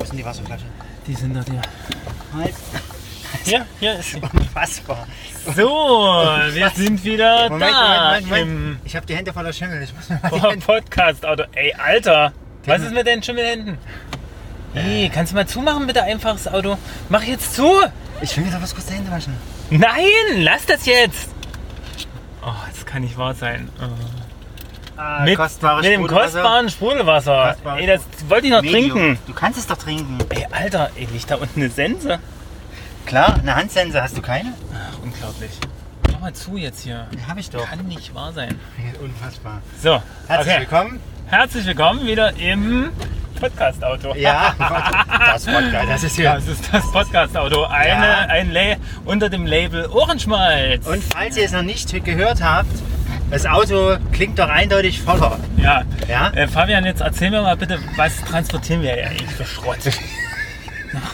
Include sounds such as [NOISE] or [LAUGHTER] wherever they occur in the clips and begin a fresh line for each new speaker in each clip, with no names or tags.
ist denn die Wasserflasche?
Die sind da dir.
[LAUGHS] Halt.
Ja, hier ist sie.
Unfassbar.
So, wir sind wieder
Moment,
da
Moment, Moment,
im
Moment. Ich habe die Hände voller Schimmel. Ich muss mir mal die
Po-
Hände...
Podcast-Auto. Ey, Alter, was
Den-
ist mit deinen Schimmelhänden? Ey, kannst du mal zumachen bitte einfach das Auto? Mach jetzt zu!
Ich will mir doch was kurz die Hände waschen.
Nein, lass das jetzt! Oh, das kann nicht wahr sein. Oh.
Ah,
Mit, mit dem kostbaren Sprudelwasser.
Kostbares
Ey, das wollte ich noch trinken.
Du kannst es doch trinken.
Ey, Alter, ey, liegt da unten eine Sense?
Klar, eine Handsense hast du keine?
Ach, unglaublich. Mach mal zu jetzt hier.
Habe ich doch.
Kann nicht wahr sein.
Unfassbar.
So,
Herzlich
okay.
willkommen.
Herzlich willkommen wieder im Podcast-Auto.
Ja, [LAUGHS] das Wort geil. Das ist hier.
Das ist das Podcast-Auto. Eine,
Ja.
ein Lay unter dem Label Ohrenschmalz.
Und falls ihr es noch nicht gehört habt, das Auto klingt doch eindeutig voller.
ja.
Ja?
Äh, Fabian, jetzt erzähl mir mal bitte, was transportieren wir hier eigentlich für Schrott?
[LAUGHS]
[LAUGHS]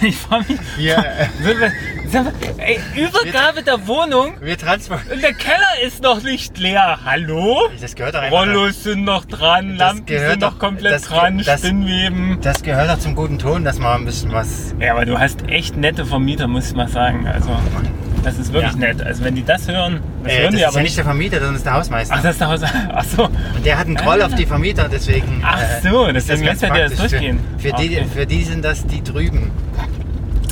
ich freu mich.
Wir, äh,
Sind wir, sind wir, ey, Übergabe der Wohnung
wir transportieren. Also
und der Keller ist noch nicht leer. Hallo?
Das gehört doch einfach.
Rollos sind noch dran,
Das
Lampen
gehört
sind noch
doch-
komplett
das-
dran,
das-
Spinnweben.
Das gehört doch zum guten Ton, dass man ein bisschen was.
Ja, aber du hast echt nette Vermieter, muss ich mal sagen. Also, das ist wirklich
Ja.
nett. Also, wenn die das hören, das
Äh,
hören
das
die
ist
aber
ja nicht
nicht.
der Vermieter, sondern das ist der Hausmeister.
Ach, das ist der Haus. [LAUGHS] Ach so.
Und der hat einen Groll auf die Vermieter, deswegen.
Ach
äh,
so,
ist
deswegen lässt er dir das
praktisch.
durchgehen.
Für, für, die,
Okay.
für die sind das die drüben.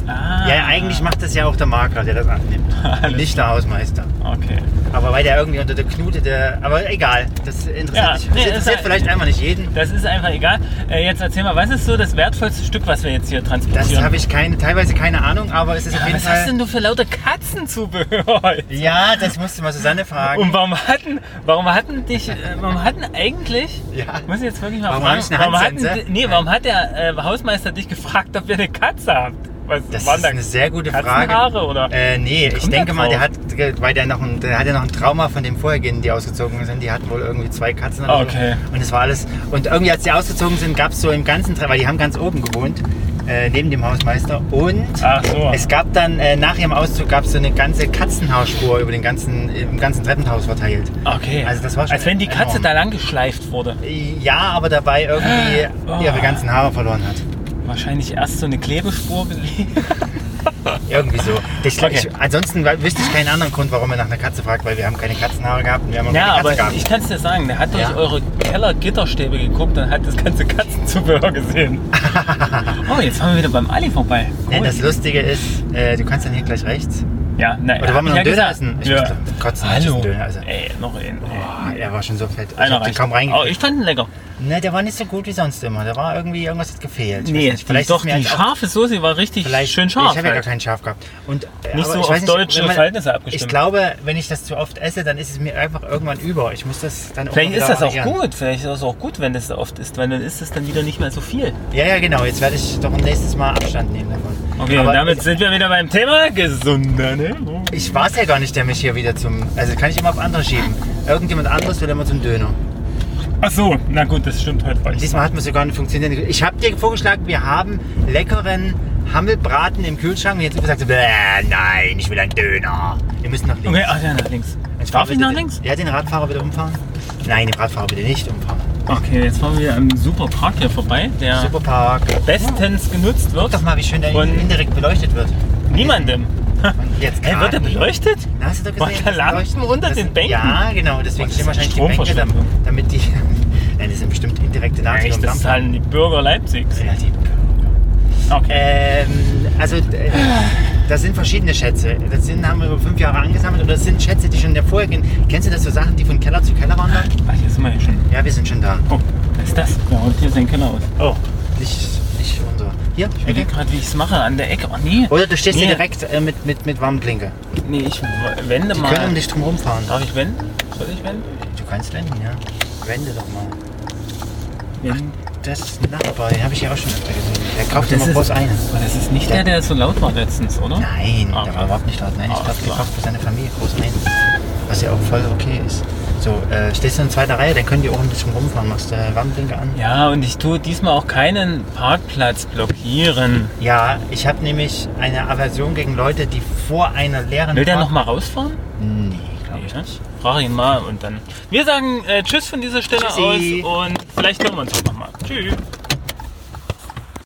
Ah,
Ja, eigentlich macht das ja auch der Makler, der das annimmt. Und
[LAUGHS] Alles
nicht der Hausmeister.
Okay.
Aber weil der irgendwie unter der Knute der. Aber egal, das interessiert,
Ja,
nicht.
nee,
das
ist
interessiert
ja-
vielleicht einmal nicht jeden.
Das ist einfach egal. Äh, jetzt erzähl mal, was ist so das wertvollste Stück, was wir jetzt hier transportieren?
Das habe ich keine, teilweise keine Ahnung, aber es ist auf jeden
was hast
Fall.
denn du für lauter [LAUGHS] Katzenzubehör?
Ja, das musste mal Susanne fragen.
Und warum hatten, warum hatten dich, äh, warum hatten eigentlich,
Ja.
muss ich jetzt wirklich mal
Warum
fragen,
hab ich eine
warum, hatten,
Handsense?
di- nee, warum hat der äh, Hausmeister dich gefragt, ob ihr eine Katze habt? Was
das
waren
ist
da
eine sehr gute Frage.
Katzenhaare oder?
Äh, nee, ich
Kommt
denke
der
mal, der
drauf?
hat, weil der noch ein, der hatte noch ein Trauma von den vorhergehenden, die ausgezogen sind. Die hatten wohl irgendwie zwei Katzen. oder so.
Ah, Okay.
Und es war alles. Und irgendwie, als die ausgezogen sind, gab es so im ganzen, Tre- weil die haben ganz oben gewohnt, äh, neben dem Hausmeister. Und
Ach so.
es gab dann äh, nach ihrem Auszug gab es so eine ganze Katzenhaarspur über den ganzen, im ganzen Treppenhaus verteilt.
Okay.
Also das war schon
Als wenn die Katze
enorm.
da lang geschleift wurde.
Ja, aber dabei irgendwie
Oh. [GASPS]
ihre ganzen Haare verloren hat.
Wahrscheinlich erst so eine
[LAUGHS]
Klebespur belegt.
Irgendwie so. Ich, glaub,
Okay.
ich, ansonsten we- wüsste ich keinen anderen Grund, warum er nach einer Katze fragt, weil wir haben keine Katzenhaare gehabt und wir haben auch
Ja,
keine Katze
[LAUGHS] aber
gehabt.
ich kann es dir sagen, der hat durch
Ja.
eure Kellergitterstäbe geguckt und hat das ganze
[LAUGHS]
Katzenzubehör gesehen. oh, jetzt fahren wir wieder beim Ali vorbei.
Nee,
Cool.
Äh, das Lustige ist, äh, du kannst dann hier gleich rechts.
ja, nein.
Oder wollen wir noch
ja
einen Döner
gesagt.
essen? Ich
ja.
muss doch kotzen, ich esse
Hallo.
einen Döner, also.
Ey, noch einen. ey.
Boah, der war schon so fett. Ich
Einer
hab den
reicht.
kaum
oh,
reingekriegt.
ich fand ihn lecker.
Ne, der war nicht so gut wie sonst immer. Da war irgendwie irgendwas hat gefehlt. Ich weiß
Nee,
nicht,
vielleicht doch
ist mir
die
jetzt auch-
scharfe Soße war richtig
Vielleicht
schön scharf.
Ich habe ja gar
halt.
keinen Schaf gehabt. Und, äh, aber
Nicht so
ich
auf
weiß
deutsche
wenn man-
Verhältnisse abgestimmt.
Ich glaube, wenn ich das zu oft esse, dann ist es mir einfach irgendwann über. Ich muss das dann
Vielleicht
mal
ist
wieder
das auch
variieren.
gut, vielleicht ist das auch gut, wenn das oft ist, weil dann ist es dann wieder nicht mehr so viel.
Ja, ja, genau. Jetzt werde ich doch nächstes Mal Abstand nehmen davon.
Okay,
Aber
und damit sind wir wieder beim Thema ne? gesunder Ernährung.
Ich war es ja gar nicht, der mich hier wieder zum. Also kann ich immer auf andere schieben. Irgendjemand anderes will immer zum Döner.
Ach so, na gut, das stimmt heute bei
Und diesmal hat mir sogar nicht funktioniert. Ich habe dir vorgeschlagen, wir haben leckeren Hammelbraten im Kühlschrank. Und jetzt hast du gesagt, so, "Bäh, nein, ich will einen Döner. Wir müssen nach links.
Okay, ach ja, nach
Jetzt
links.
fahren
Darf
wir
ich
bitte
nach
den-
links?
Ja, den Radfahrer bitte umfahren. Nein, den Radfahrer bitte nicht umfahren.
Okay, jetzt fahren wir am Superpark hier vorbei, der
Super Park.
bestens genutzt
Guck
wird.
doch mal, wie schön der
Und-
indirekt beleuchtet wird.
Niemandem.
Und jetzt
Hä, wird
gerade-
er beleuchtet?
Na, Hast du doch
Macht
gesehen?
er
das
Lampen
leuchtet-
unter
das-
den Bänken?
Ja, genau. Deswegen
das
stehen
ist
wahrscheinlich die Bänke,
Stromverschwendung.
damit, damit die... [LAUGHS] Nein, das sind bestimmt indirekte Nachrichten.
Echt, das halt- zahlen die Bürger Leipzigs.
Ja, die
Okay.
Ähm, also, äh, das sind verschiedene Schätze. Das sind, haben wir über fünf Jahre angesammelt. Oder das sind Schätze, die schon davor gehen. Kennst du das so Sachen, die von Keller zu Keller wandern?
Ach, hier sind wir hier schon.
Ja, wir sind schon da.
Oh, was ist das? Der haut hier seinen Keller aus.
Oh, nicht, nicht unser. Hier,
Ich
Ecke.
überlege gerade, wie ich es mache, an der Ecke. Oh, nee.
Oder du stehst
Nee.
hier direkt äh, mit, mit, mit Warnklinke.
Nee, ich w- wende
Die
mal.
können um dich drum rumfahren.
Darf ich wenden? Soll ich wenden?
Du kannst wenden, ja. Wende doch mal.
Wenden.
Das Nachbar, den habe ich ja auch schon öfter gesehen. Der kauft
Das
immer
ist-
bloß eine.
Aber das ist nicht der, der so laut war letztens, oder?
Nein,
Ah,
der
okay.
war überhaupt nicht laut. Nein, ich
Ah,
glaube, der
klar.
kauft für seine Familie groß ein. Was ja auch voll okay ist. So, äh, stehst du in zweiter Reihe, dann können die auch ein bisschen rumfahren. Machst du Warnblinker an?
Ja, und ich tue diesmal auch keinen Parkplatz blockieren.
Ja, ich habe nämlich eine Aversion gegen Leute, die vor einer leeren
Will der
Fahr-
nochmal rausfahren?
Nee, glaube ich
Ja.
nicht.
Frage ihn mal und dann. Wir sagen äh, Tschüss von dieser Stelle
Tschüssi.
aus und vielleicht hören wir uns auch nochmal. Tschüss.